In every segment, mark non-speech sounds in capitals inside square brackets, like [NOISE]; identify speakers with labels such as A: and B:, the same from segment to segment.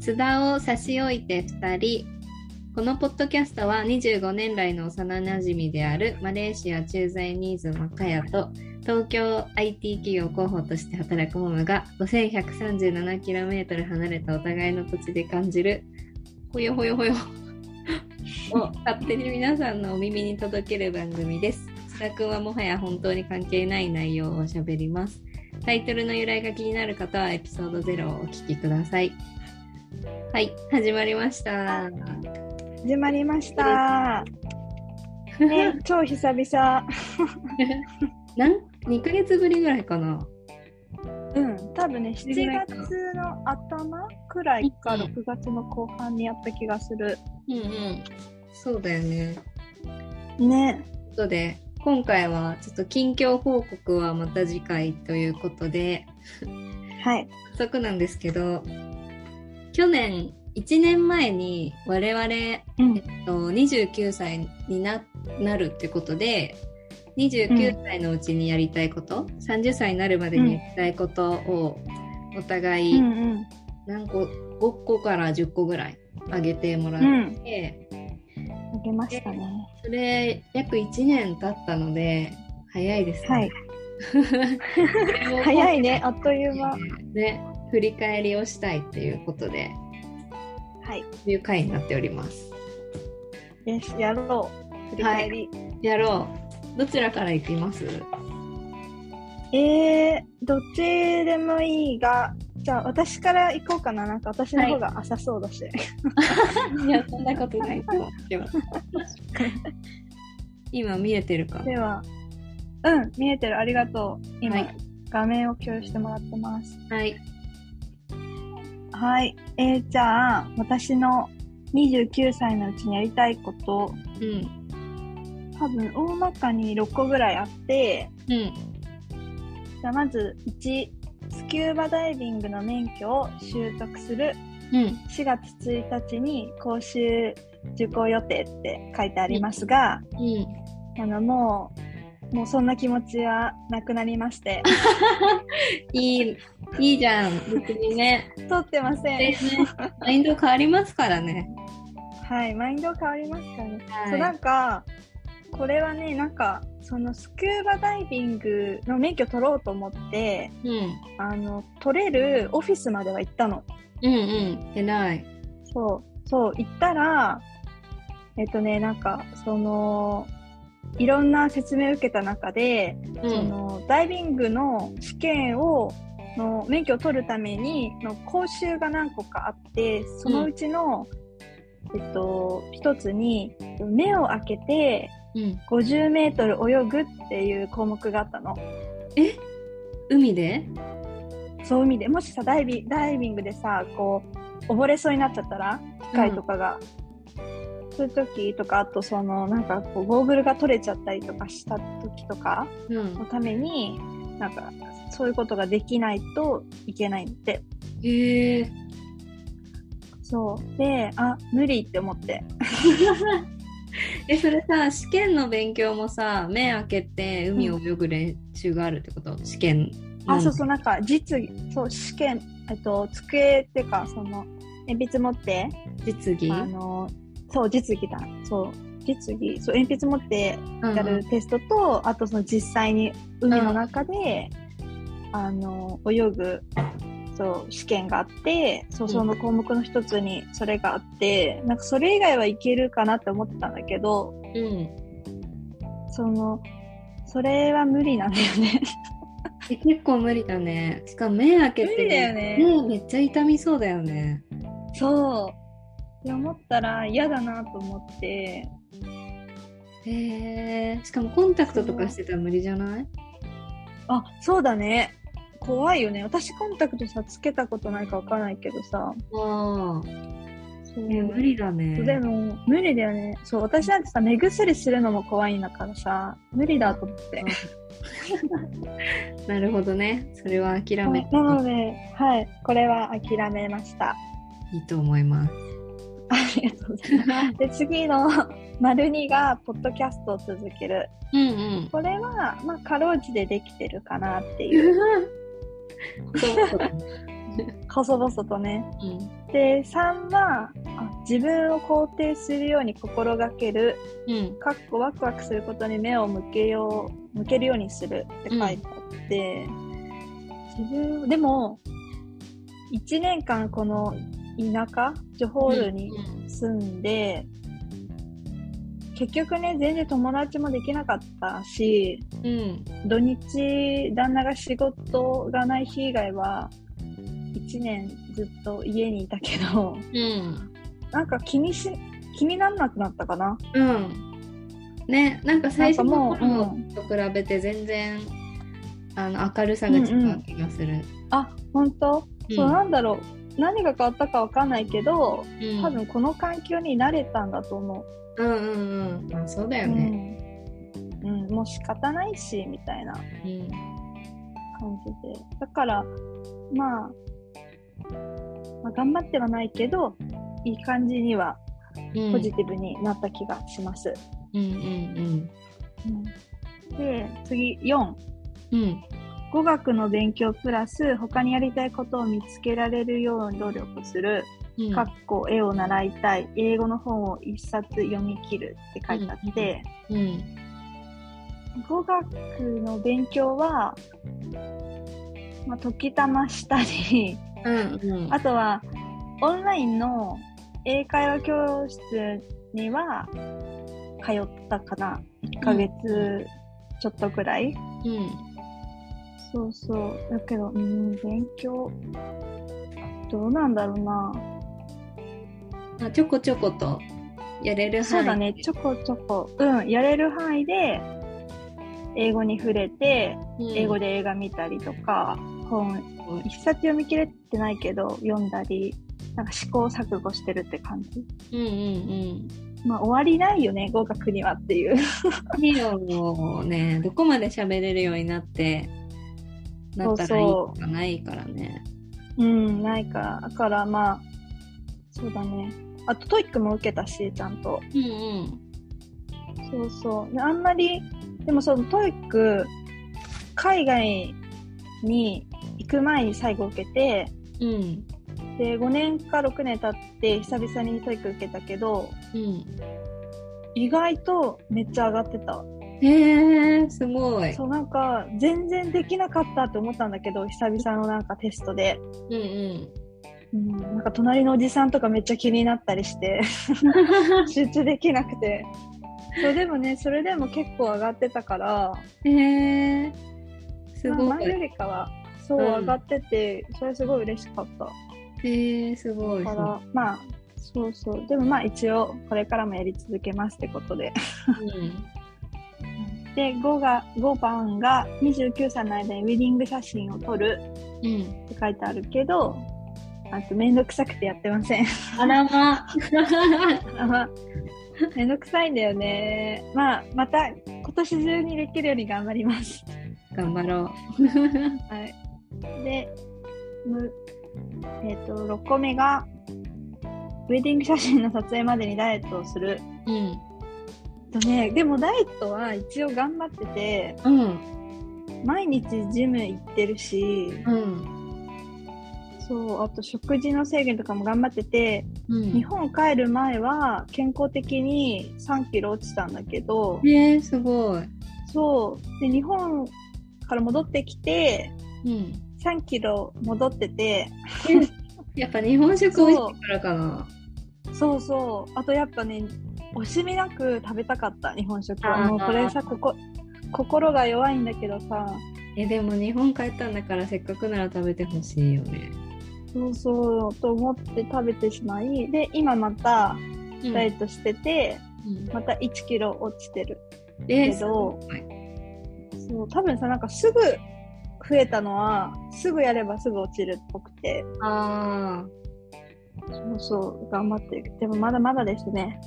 A: 津田を差し置いて2人このポッドキャストは25年来の幼なじみであるマレーシア駐在ニーズマカヤと東京 IT 企業広報として働くモムが 5137km 離れたお互いの土地で感じるほよほよほよを勝手に皆さんのお耳に届ける番組です。津田くんはもはや本当に関係ない内容を喋ります。タイトルの由来が気になる方はエピソード0をお聞きください。はい、始まりました。
B: 始まりました。ね、 [LAUGHS] 超久々。
A: なん2ヶ月ぶりぐらいかな。
B: うん、多分ね、
A: ぐ
B: 7
A: らい
B: 月
A: か
B: の頭くらいか
A: うん
B: 6月の後半にやった気がする。
A: うんうん。そうだよね。
B: ね、
A: ということで、今回はちょっと近況報告はまた次回ということで、
B: はい。
A: 早速なんですけど、去年1年前に我々、え
B: うん、
A: っと、29歳にななるってことで、29歳のうちにやりたいこと、30歳になるまでにやりたいことをお互
B: う
A: い
B: ん、
A: 何個、5個から10個ぐらい上げてもらっ
B: うん、うん、
A: て、
B: あげましたね。
A: それ約1年経ったので早いですね。
B: はい。
A: 早
B: 早いね、あっという間。は
A: ね、振り返りをしたいっていうことで、
B: い、
A: そういう回になっております。
B: よし、やろう。振り返り。
A: やろう。どちらから行き [LAUGHS] ます？
B: えー、どっちでもいいが、じゃあ私から行こうかな。なんか私の方が浅そうだし。
A: いやそんなことないと思うけど。今見えてるか。
B: では、うん、見えてる。ありがとう。今、
A: はい
B: 画面を共有してもらってます。
A: はい。
B: はい。えー、じゃあ、私の29歳のうちにやりたいこと、
A: うん
B: 多分大まかに6個ぐらいあって、
A: うん
B: じゃあまず1、スキューバダイビングの免許を習得する
A: うん
B: 4月1日に講習受講予定って書いてありますが、
A: うん。
B: あの、もう、もうそんな気持ちはなくなり
A: [LAUGHS]
B: まして、
A: いいいいじゃん。別に [LAUGHS] ね。
B: 通ってません。
A: でねマインド変わりますからね。
B: はい、マインド変わりますからね。そう
A: は
B: ないんかこれはねなんかそのスキューバダイビングの免許取ろうと思って
A: うん
B: あの取れるオフィスまでは行ったの
A: うんうん。偉い。
B: そうそう行ったらえっとねなんかそのいろんな説明を受けた中で、
A: うん
B: そのダイビングの試験をの免許を取るためにの講習が何個かあってそのうちの、えっと一つに目を開けて
A: うん。
B: 50メートル泳ぐっていう項目があったの。
A: え海で
B: そういう意味で、もしさ、ダイビダイビングでさ、こう、溺れそうになっちゃったら、機械とかが。そういう時とか、あとその、なんかこう、ゴーグルが取れちゃったりとかした時とか
A: うん
B: の。ために、なんか、そういうことができないといけないって。
A: へえ。
B: そう。で、あ、無理って思って。
A: え、それさ、試験の勉強もさ、目開けて海を泳ぐ練習があるってこと、試験。
B: あ、そうそう、なんか、実技、そう、試験、えっと、机っていうか、その、鉛筆持って、
A: うん。実技
B: あのそう実技だそう実技そう鉛筆持って
A: うん
B: やるテストと、あとその実際に海の中で、あの泳ぐそう試験があってそう
A: うん
B: その項目の一つにそれがあって、なんかそれ以外はいけるかなって思ってたんだけど
A: うん。
B: そのそれは無理なんだよね
A: え結構無理だね。しかも目開けて。
B: 無理だよね
A: 目めっちゃ痛みそうだよね。
B: そうって思ったら嫌だなと思って
A: へえ。しかもコンタクトとかしてたら無理じゃない
B: あそうだね怖いよね私コンタクトさつけたことないかわからないけどさ
A: ああ。
B: そう
A: え、無理だね。
B: でも無理だよねそう私なんてさ目薬するのも怖いんだからさ無理だと思って
A: なるほどね。それは諦め
B: なのではいこれは諦めました
A: いいと思います。
B: ありがとうございますで次の丸2がポッドキャストを続ける
A: うんうん。
B: これはまあかろうじてできてるかなっていう
A: う
B: 細々とね
A: ん、
B: で3はあ自分を肯定するように心がける
A: うん
B: かっこワクワクすることに目を向けよう向けるようにするって書いてあって、自分でも1年間この田舎ジョホールに
A: うん
B: 住んで、結局ね全然友達もできなかったし
A: うん
B: 土日旦那が仕事がない日以外は1年ずっと家にいたけど
A: うん
B: なんか気にし気になんなくなったかな。
A: うんねなんか最初の
B: なんか
A: 頃
B: も
A: と比べて全然あの明るさが違う気がする、
B: あ本当
A: うん
B: そうなんだろう何が変わったかわかんないけど
A: うん
B: 多分この環境に慣れたんだと思
A: うんうんうんまあそうだ
B: う、
A: よね、
B: うんうんもう仕方ないしみたいな感
A: うん
B: じでだから、まあ、まあ頑張ってはないけどいい感じには
A: うん、
B: ポジティブになった気がします、
A: うんうん
B: うんで次45
A: うんうん
B: 学の勉強プラス他にやりたいことを見つけられるように努力する
A: うん
B: かっこ絵を習いたい英語の本を一冊読み切るって書いてあって、
A: うん
B: 語学の勉強は、まあ、時たましたり
A: うんうん
B: あとはオンラインの英会話教室には通ったかな1ヶ月ちょっとくらい、
A: うん
B: そうそうだけどうん勉強どうなんだろうな
A: まあちょこちょことやれる範囲
B: そうだね、ちょこちょこ、うん、やれる範囲で、英語に触れて、
A: うん
B: 英語で映画見たりとか、本、一冊読み切れてないけど、読んだり、なんか試行錯誤してるって感じ。
A: うんうん
B: まあ、終わりないよね、語学にはっていう。
A: うん理論をねどこまで喋れるようになってなったらいいとかないからね
B: うん、ないから。だから、まあ、そうだね。あと、トイックも受けたし、ちゃんと。
A: うん
B: そうそう。であんまり、でもそのトイック、海外に行く前に最後受けて、
A: うんうん
B: で5年か6年経って久々にトイック受けたけど
A: うん
B: 意外とめっちゃ上がってた
A: へえすごい
B: そうなんか全然できなかったって思ったんだけど久々のなんかテストで、
A: うんうん
B: うん、なんか隣のおじさんとかめっちゃ気になったりして [LAUGHS] 集中できなくてそうでもねそれでも結構上がってたから
A: へえすご
B: まあ前よ
A: い
B: りかはそう
A: うん
B: 上がってて、それすごい嬉しかった
A: へえすごい
B: だからまあそうそうでもまあ一応これからもやり続けますってことで
A: うん
B: で 5, が5番が29歳の間にウェディング写真を撮る
A: うん [LAUGHS]
B: って書いてあるけどあと面倒くさくてやってません [LAUGHS]
A: あらま
B: あまあ面倒くさいんだよねまあまた今年中にできるように頑張ります、 [LAUGHS]
A: 頑張ろ
B: はい、でむえっ、と6個目がウェディング写真の撮影までにダイエットをする
A: ううん
B: えっとねでもダイエットは一応頑張ってて
A: うん
B: 毎日ジム行ってるし
A: うん
B: そうあと食事の制限とかも頑張ってて、
A: うん
B: 日本帰る前は健康的に3キロ落ちたんだけど、
A: ねえすごい。
B: そうで日本から戻ってきて
A: うん。
B: 3キロ戻ってて
A: やっぱ日本食美味しいからかな。
B: そうそうあとやっぱね惜しみなく食べたかった日本食
A: あ
B: は
A: ー
B: もうこれさここ心が弱いんだけどさ
A: えでも日本帰ったんだからせっかくなら食べてほしいよね。
B: そうそうと思って食べてしまいで今また
A: うん
B: ダイエットしてて、
A: うん
B: また1キロ落ちてる
A: え
B: けど
A: すごい
B: そう多分さなんかすぐ増えたのはすぐやればすぐ落ちるっぽくて
A: あ
B: そうそう頑張ってでもまだまだですね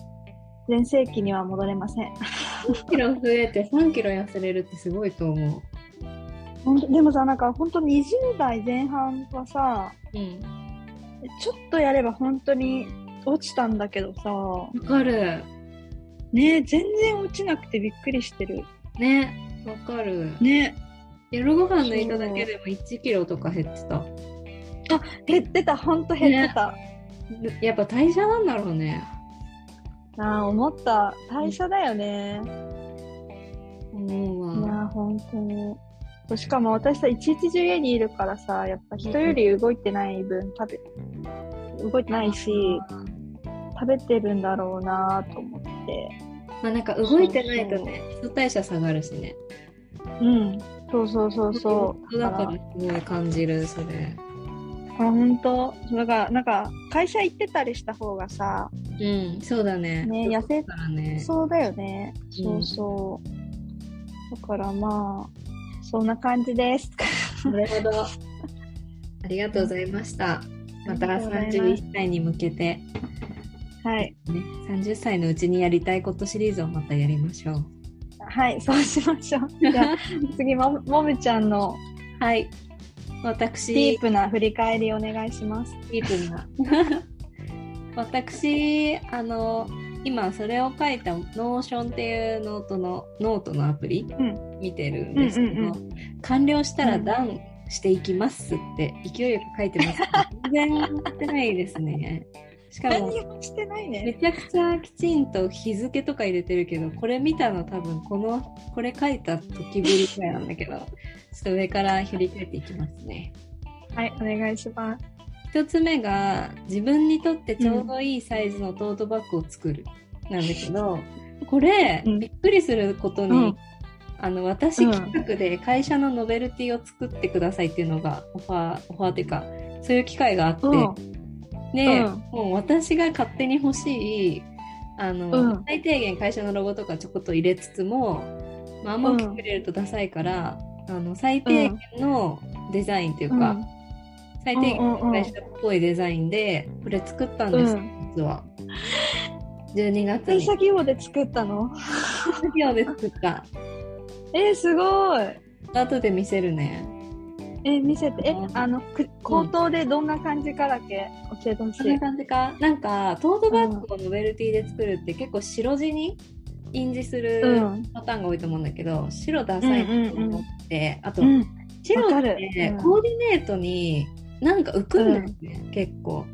B: 全盛期には戻れません [LAUGHS]
A: あ。1キロ増えて3キロ痩せれるってすごいと思
B: ほんとでもさなんか本当20代前半はさ
A: う。うん。
B: ちょっとやれば本当に落ちたんだけどさ
A: わかる。
B: ね全然落ちなくてびっくりしてる
A: ね。わかる。
B: ね
A: 夜ご飯抜いただけでも1キロとか減ってた。
B: 減ってたほんと減ってた、
A: やっぱ代謝なんだろうね。
B: なあ思った代謝だよね、
A: 思うわ。
B: いや本当にそうしかも私さ一日中家にいるからさやっぱ人より動いてない分食べ動いてないし食べてるんだろうなと思って
A: まあなんか動いてないとね、基礎代謝下がるしね。
B: うんそうそうそうそ
A: 本
B: う
A: 当だからすごい感じる、それ。
B: あ本当だからなんか会社行ってたりした方がさ
A: うん、そうだね。
B: ね痩せ
A: だからね。
B: そうだよね、
A: うん
B: そうそうだからまあそんな感じです
A: なるほど。ありがとうございました。また
B: ありがとうございます
A: 31歳に向けて、ね、
B: はい
A: 30歳のうちにやりたいことシリーズをまたやりましょう。
B: はいそうしましょうじゃあ次ももむちゃんの
A: はい。
B: デ
A: 私
B: ィー、プな振り返りお願いします
A: ディープな。 [LAUGHS] 私、あの、今それを書いたノーションっていうノートのノートのアプリ、
B: うん
A: 見てるんですけど、
B: うんうんう
A: 完了したらダウンしていきますって勢いよく書いて [LAUGHS] ますけど全然やってないですね。しかも
B: もしてない
A: めちゃくちゃきちんと日付とか入れてるけどこれ見たの多分このこれ書いた時ぶりくらいなんだけどち [LAUGHS] ょっと上から振り返っていきますね。
B: はいお願いします
A: 一つ目が自分にとってちょうどいいサイズのトートバッグを作る、なんだけどこれ、
B: うん
A: びっくりすることに、
B: うん
A: あの私企画で会社のノベルティを作ってくださいっていうのがオファーオファーっていうかそういう機会があって、で、
B: うん
A: もう私が勝手に欲しいあの、
B: うん
A: 最低限会社のロゴとかちょこっと入れつつも、まあ、あんま大きく入れるとダサいから、あの最低限のデザインっていうか、最低限
B: うんうんうん
A: 会社っぽいデザインでこれ作ったんです、
B: うん
A: 実は12月
B: 会
A: に
B: 社規模で作ったの
A: 企業で作った
B: えー、すごい
A: 後で見せるね
B: え見せてえ
A: うん
B: あのく口頭でどんな感じかだけ教えてほし
A: そん
B: い
A: な感じかなんかトートバッグをノベルティで作るって結構白地に印字す
B: う
A: る
B: ん
A: パターンが多いと思うんだけど白ダサいなと思って、あと
B: うん
A: 白
B: わか
A: っ
B: る
A: て
B: うん
A: コーディネートになんか浮くんだよね、結構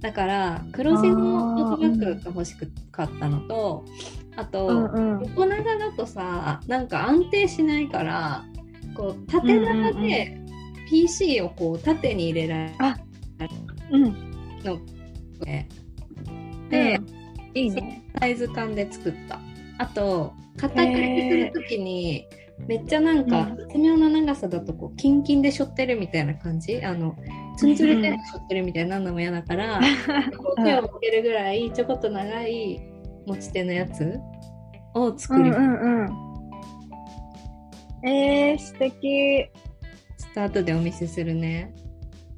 A: だから黒地のトートバッグが欲しかったのとあと、
B: うんうん
A: 横長だとさなんか安定しないからこう縦長
B: うんうん
A: で PC をこう縦に入れられる
B: うん
A: のでで、
B: いいね
A: サイズ感で作ったあと型くりする時にめっちゃなんか
B: うん
A: 絶妙な長さだとこうキンキンでしょってるみたいな感じあのツンツルテンでしょってるみたいなのも嫌だから、こう手を向けるぐらいちょこっと長い持ち手のやつを
B: う
A: 作
B: ん
A: りました
B: うんうんえー、素敵
A: ちょっと後でお見せするね。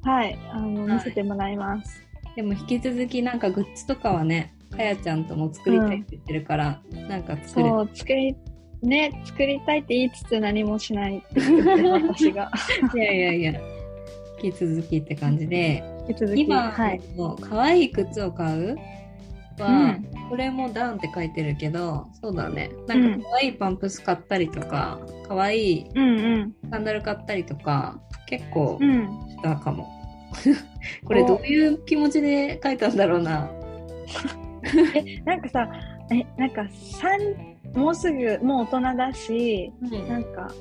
B: はいあの、
A: はい
B: 見せてもらいます
A: でも引き続きなんかグッズとかはね、かやちゃんとも作りたいって言ってるから、なんか作る。
B: そう作りね作りたいって言いつつ何もし [LAUGHS] ないっていう私が
A: いやいやいや。引き続きって感じで、
B: 引き続き
A: 今、
B: はい、
A: もう可愛い靴を買う
B: う
A: は、
B: ん、
A: これもダウンって書いてるけど、そうだね。なんか可愛いパンプス買ったりとか、可愛い
B: うんうん
A: サンダル買ったりとか、結構
B: うん
A: したかも。 [LAUGHS] これどういう気持ちで書いたんだろうな。
B: なんかさえなんか三もうすぐもう大人だしなんか、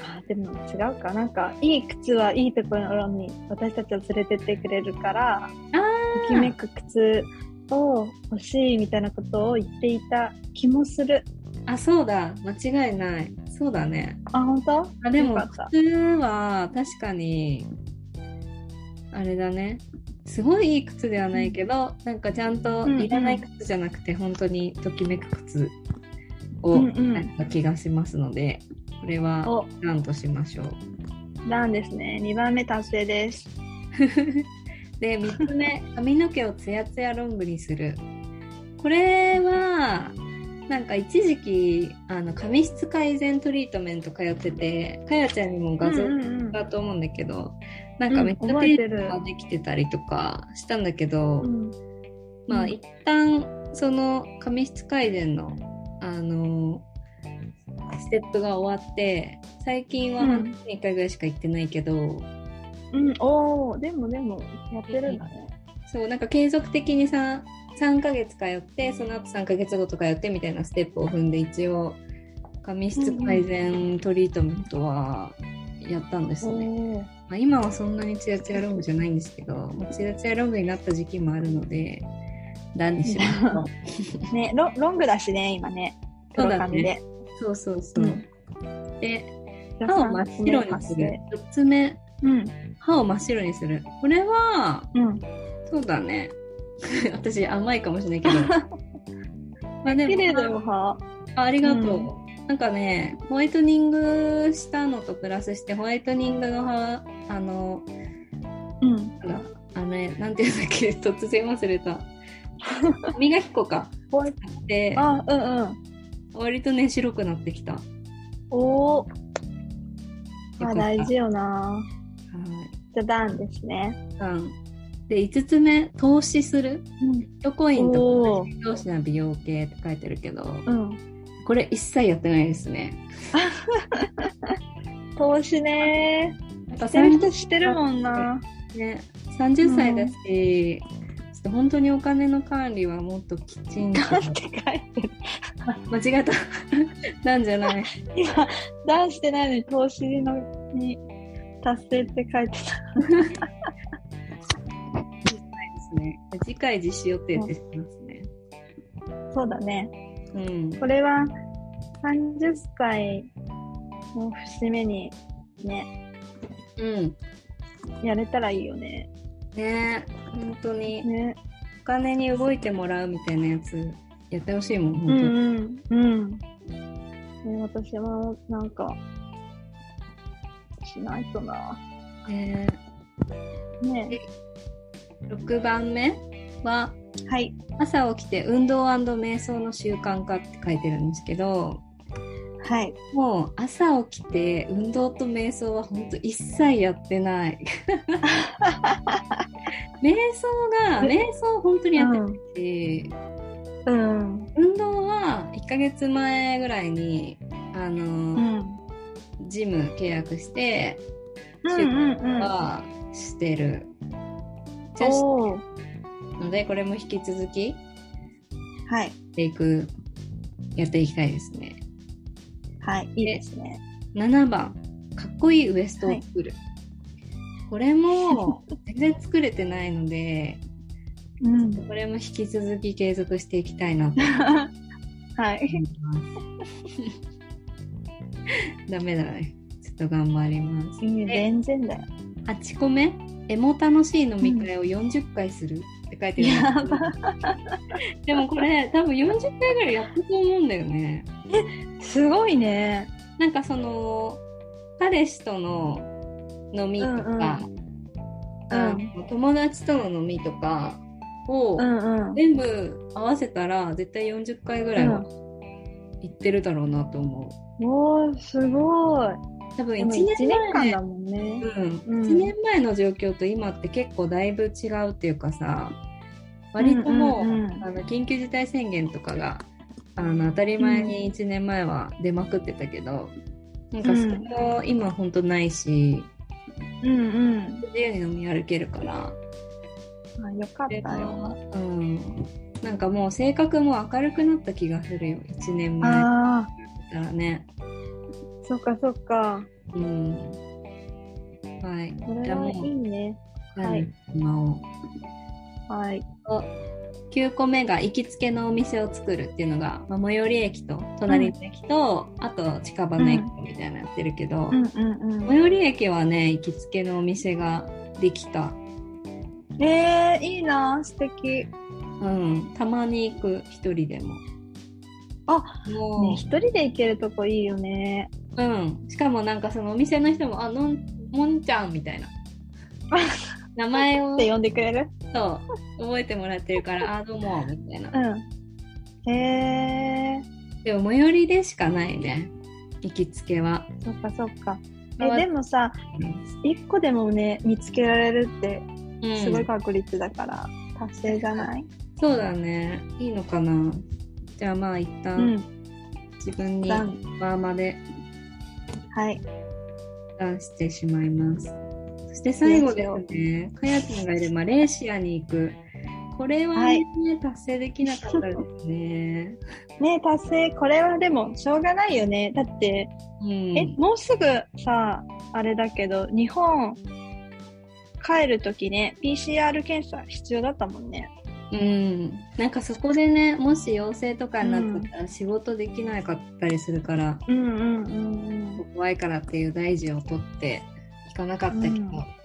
B: あーでも違うか、なんか、いい靴はいいところに私たちを連れてってくれるから、
A: あ
B: ときめく靴を欲しいみたいなことを言っていた気もする。
A: あ、そうだ。間違いない。そうだね。
B: あ、本当
A: あでも
B: よかった、
A: 靴は確かに、あれだね。すごいいい靴ではないけど、なんかちゃんといらない靴じゃなくて、本当にときめく靴を
B: うんうん
A: やった気がしますので、これは
B: お、
A: なんとしましょう。
B: ランですね。2番目達成です。
A: で、3つ
B: [LAUGHS]
A: 目、髪の毛をツヤツヤロングにする。これは、なんか一時期、あの、髪質改善トリートメント通ってて、かやちゃんにも画像
B: うんうんうん
A: だと思うんだけど、なんかめっち
B: うん
A: ゃ
B: 覚
A: 手
B: えてる
A: ができてたりとかしたんだけど、
B: うん
A: ま
B: う
A: あ
B: ん
A: 一旦その髪質改善のあのステップが終わって最近は
B: うん
A: 半年に1回ぐらいしか行ってないけど、
B: うん、おー、でもでも、やってるんだね。
A: そうなんか継続的にさ3ヶ月通ってその後3ヶ月後とか通ってみたいなステップを踏んで一応髪質改善トリートメントはやったんですね、ま
B: お
A: あ、今はそんなにツヤツヤロングじゃないんですけどまあツヤツヤロングになった時期もあるので何にしましょう
B: ーねロロングだしね今ね
A: そう
B: 黒
A: だね
B: 髪で
A: [LAUGHS] そうそうそう、
B: うん
A: で歯を真っ白にする4つ目
B: うん
A: 歯を真っ白にするこれは
B: うん
A: そうだね [LAUGHS] 私甘いかもしれない
B: [LAUGHS]
A: けどまあで
B: 綺
A: も
B: 麗だよ歯
A: あありがとう、なんかねホワイトニングしたのとプラスしてホワイトニングの歯あの
B: う
A: な
B: ん
A: んだあれなんていうんだっけ突然忘れ
B: [LAUGHS]
A: た歯磨き粉か
B: ホワイト
A: で
B: あうんうん
A: 割とね白くなってきたよ
B: おお
A: か
B: あ
A: った
B: 大事よな
A: はい
B: じゃあダンですね
A: うんで5つ目投資するビットコインと
B: お
A: か同士な美容系って書いてるけど
B: うん
A: これ一切やってないですね
B: 投資ね
A: やっぱ
B: してる人
A: 30
B: してるもんな
A: ね30歳だし、ちょっと本当にお金の管理はもっときちんと
B: なんて書いてる
A: 間違えた [LAUGHS] なんじゃない
B: [LAUGHS] 今ダンしてないのに投資のに達成って書い
A: で
B: てた
A: すね次回実施予定ってしますね
B: そうだね
A: うん
B: これは30歳の節目にね
A: うん
B: やれたらいいよね
A: ね本当に
B: ね
A: お金に動いてもらうみたいなやつやってほしいもん本
B: う
A: 当
B: ん
A: に、
B: うんうん、ね、私はなんかしないとな
A: ね
B: ね
A: 6番目は
B: はい
A: 朝起きて運動瞑想の習慣化って書いてるんですけど
B: はい
A: もう朝起きて運動と瞑想は本当一切やってない
B: [LAUGHS]
A: 瞑想が
B: え
A: 瞑想本当にやってないし、
B: うん
A: 運動は1ヶ月前ぐらいにあの、
B: うん
A: ジム契約して
B: うんうんうん
A: はしてる、じゃあし
B: おお
A: のでこれも引き続きや
B: はい
A: っていくやっていきたいですね
B: はいいいですね
A: 7番かっこいいウエストを作る、これも [LAUGHS] 全然作れてないので
B: うん [LAUGHS]
A: これも引き続き継続していきたいなと思い
B: はい
A: ますダメだねちょっと頑張ります
B: 全然だよ
A: 8個目エモ楽しい飲み会を40回するって書いてる、
B: や
A: でもこれ多分40回ぐらいやったと思うんだよね
B: すごいね
A: なんかその彼氏との飲みとか、
B: うんうん
A: あの友達との飲みとかを
B: うんうん
A: 全部合わせたら絶対40回ぐらいは行ってるだろうなと思う
B: おーすごい
A: 多分
B: で
A: 1
B: も1
A: 年
B: 年間
A: 前
B: だもんね
A: うん
B: うん
A: 1年前の状況と今って結構だいぶ違うっていうかさ割ともう,、
B: うんうんうん
A: あの緊急事態宣言とかがあの当たり前に1年前は出まくってたけど、なんかそれも今ほんとないし
B: うん
A: 自由に飲み歩けるから
B: うんあよかったよ
A: うん、なんかもう性格も明るくなった気がするよ1年前だっ
B: ああ
A: たらね。
B: そっかそっか
A: うんはい、
B: こ
A: じ
B: れ
A: ゃあ
B: はい
A: も
B: いうね
A: はい、今を
B: はい
A: 9個目が行きつけのお店を作るっていうのが、まあ、最寄り駅と隣の駅と、あと近場の駅みたいなのやってるけど、
B: うんうん
A: 最寄り駅はね行きつけのお店ができた、
B: うんえー、いいな素敵
A: うん、たまに行く一人でも。
B: あ
A: もう、
B: ね一人で行けるとこいいよね
A: うん、しかもなんかそのお店の人も「あのんもんちゃん」みた
B: [LAUGHS]
A: いな名前を
B: って呼んでくれる
A: そう覚えてもらってるから「あどうも」みたいな
B: うんえ
A: でも最寄りでしかないね行きつけは
B: ー、そっかそっか
A: あ
B: えでもさ一個でもね見つけられるって
A: うん
B: すごい確率だから、達成じゃない
A: そうだねいいのかなじゃあまあ一
B: う
A: 旦
B: ん
A: 自分に
B: ダ
A: バ
B: ン
A: ーまで
B: はい
A: 出してしまいます、そして最後ですね、かやちゃんがいるマレーシアに行く。これはね、
B: はい
A: 達成できなかったです
B: [LAUGHS]
A: ね。
B: ね達成これはでもしょうがないよねだって、
A: うん、
B: えもうすぐさあれだけど日本帰るときね PCR 検査必要だったもんね
A: うん、なんかそこでねもし陽性とかになっちゃったら仕事できなかったりするから、
B: うんうんうん
A: 怖いからっていう大事を取って行かなかったけど、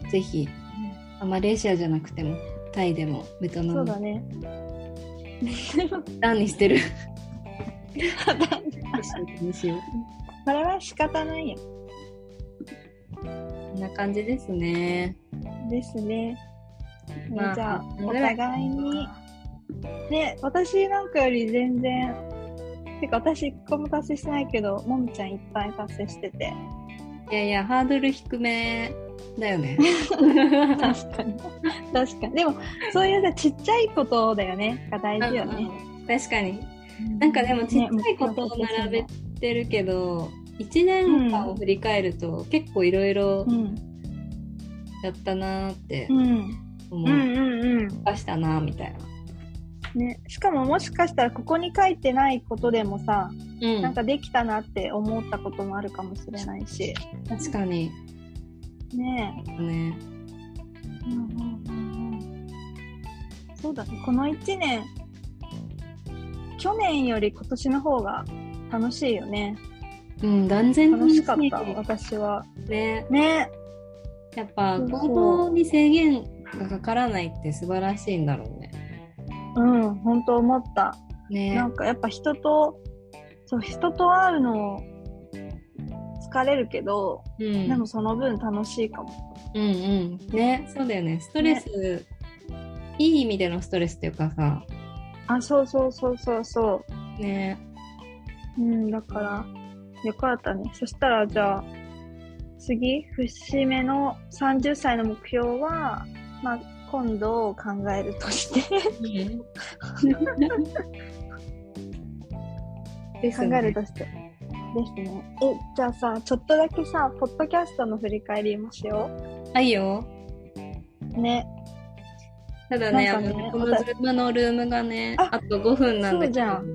A: ぜひあマレーシアじゃなくてもタイでもベトナム
B: そう
A: も
B: だね [LAUGHS]
A: ダンにしてる
B: ただ
A: にしよう
B: これは仕方ないよ
A: こんな感じですね。
B: ですねね
A: まあ
B: じゃあ
A: 半分
B: お
A: ぐらい
B: 互いにね私なんかより全然てか私一個も達成してないけどももちゃんいっぱい達成してて
A: いやいやハードル低めだよね。
B: [LAUGHS] 確かに確かにでもそういうさちっちゃいことだよねが大事よね、
A: 確かになんかでもちっちゃいことを並べてるけど1年間を振り返ると結構いろいろ
B: うん
A: やったなーって
B: うん
A: 思
B: う
A: い
B: んうんうん
A: ましたなーみたいな。
B: ね、しかももしかしたらここに書いてないことでもさ、
A: うん
B: なんかできたなって思ったこともあるかもしれないし
A: 確かに
B: ね
A: ね。
B: え、そうだねこの1年去年より今年の方が楽しいよね
A: うん、断然
B: 楽しかった私は
A: ね。
B: ね
A: やっぱ
B: そうそう
A: 行動に制限がかからないって素晴らしいんだろうね。
B: うん本当思ったな
A: ね
B: んかやっぱ人とそう人と会うの疲れるけど、
A: うん
B: でもその分楽しいかも。
A: うんうん。ね、そうだよね。ストレス、いい意味でのストレスっていうかさ、
B: あそうそうそうそうそ
A: ね、
B: う。うんだからよかったね。そしたらじゃあ次節目の30歳の目標は、まあ、今度考えるとして
A: [LAUGHS] です
B: 考
A: ね
B: えるとして。ですね。えじゃあさちょっとだけさポッドキャストの振り返りましよ
A: あ、いいよ。
B: う。ね。
A: ただね、
B: なん
A: あ
B: かね
A: のこのズームのルームがね、あ
B: あ
A: と5分なんだ
B: そう
A: け
B: じ
A: ど
B: ゃん、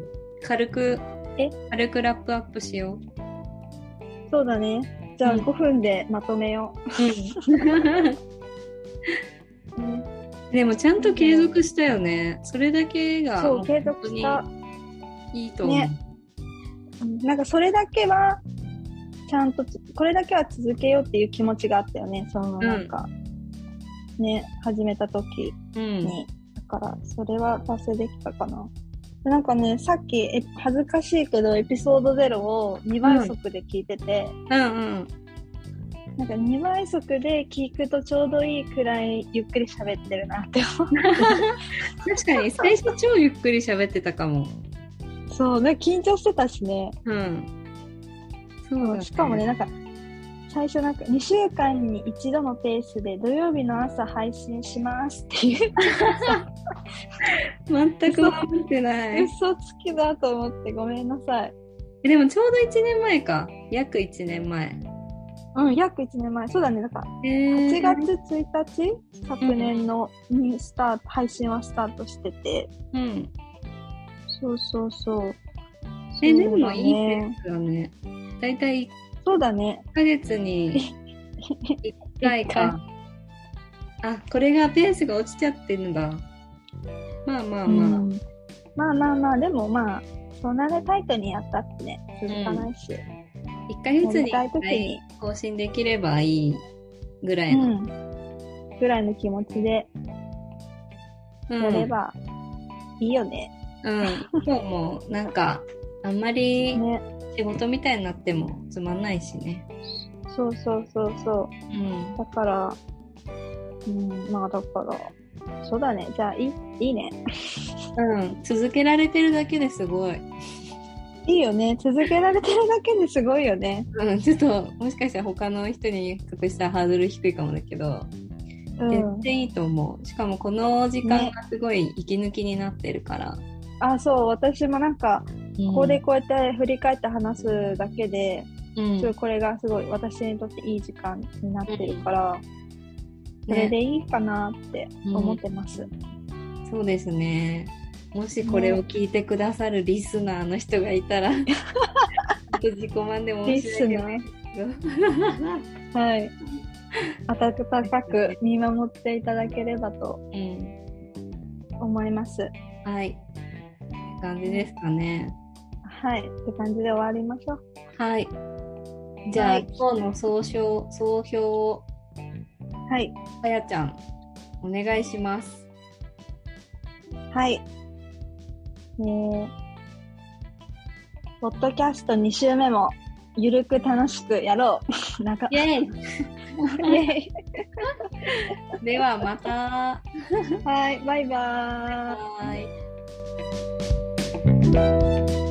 A: 軽く
B: え、
A: 軽くラップアップしよう。
B: そうだね。じゃあ
A: うん
B: 5分でまとめよう。
A: [LAUGHS] でもちゃんと継続したよね。それだけが
B: そう継続した
A: 本当にいいと思う。
B: ねうんなんかそれだけはちゃんとつこれだけは続けようっていう気持ちがあったよねそのなんか、ね始めた時
A: うん。
B: に、だからそれは達成できたかなでなんかねさっきえ恥ずかしいけどエピソード0を2倍速で聞いてて、
A: うんうん。
B: なんか2倍速で聞くとちょうどいいくらいゆっくり喋ってるなって思う
A: 確かに最初超ゆっくり喋ってたかも。
B: そうね緊張してたしね
A: うん。そうだ、
B: しかもね、。なんか、最初なんか、2週間に一度のペースで土曜日の朝配信しますっていう
A: 全く思ってない。
B: 嘘つきだと思ってごめんなさい。
A: えでもちょうど1年前か。約1年前。
B: うん、約1年前。そうだね、だから、
A: え
B: 8
A: 8
B: 月。1日、昨年のにスタート、配信はスタートしてて、
A: うん。
B: そうそうそう。
A: え、
B: そう
A: で
B: だ
A: もいいペ
B: ね。
A: ースだね。だいたい
B: そうだね。
A: 1ヶ月
B: [LAUGHS]
A: に1回か。あ、これがペースが落ちちゃってるんだ。まあまあまあ。
B: うんまあまあまあ、でもまあ、そんなね、タイトにやったってね、続かないし。
A: 1ヶ月に1
B: やりたい
A: 回更新できればいいぐらいの。
B: うん。ぐらいの気持ちで
A: うん
B: やればいいよね。
A: うん。今日もなんか、あんまり
B: ね。
A: 仕事みたいになってもつまんないしね。
B: そうそうそうそうう。
A: ん。
B: だから、うん、まあだから、そうだね。じゃあ、いい、いいね。
A: うん。続けられてるだけですごい。
B: いいよね。続けられてるだけですごいよね。
A: うん。ちょっと、もしかしたら他の人に比較したらハードル低いかもだけど、
B: う
A: 全
B: ん。
A: 然いいと思う。しかもこの時間がすごい息抜きになってるから。
B: あ、そう。私もなんか、
A: うん
B: ここでこうやって振り返って話すだけで、
A: うん
B: すごいこれがすごい私にとっていい時間になってるから、それでいいかなって思ってます。
A: そうですね。もしこれを聞いてくださるリスナーの人がいたら、ちょっと自己満で申
B: リ
A: し
B: ス
A: 訳
B: ね
A: ないですけど。
B: はい。温かく見守っていただければと
A: [LAUGHS] うん
B: 思います。
A: はい。って感じですかね。
B: はい。って感じで終わりましょう。
A: はい。じゃあ、
B: はい
A: 今日の総称、総評を、
B: はい。
A: あやちゃん、お願いします。
B: はい。えー、ポッドキャスト2週目も、ゆるく楽しくやろう。 [LAUGHS] なんか、
A: イェイ
B: イエイ
A: では、また。
B: [LAUGHS] はい。バイバーイ。
A: はい。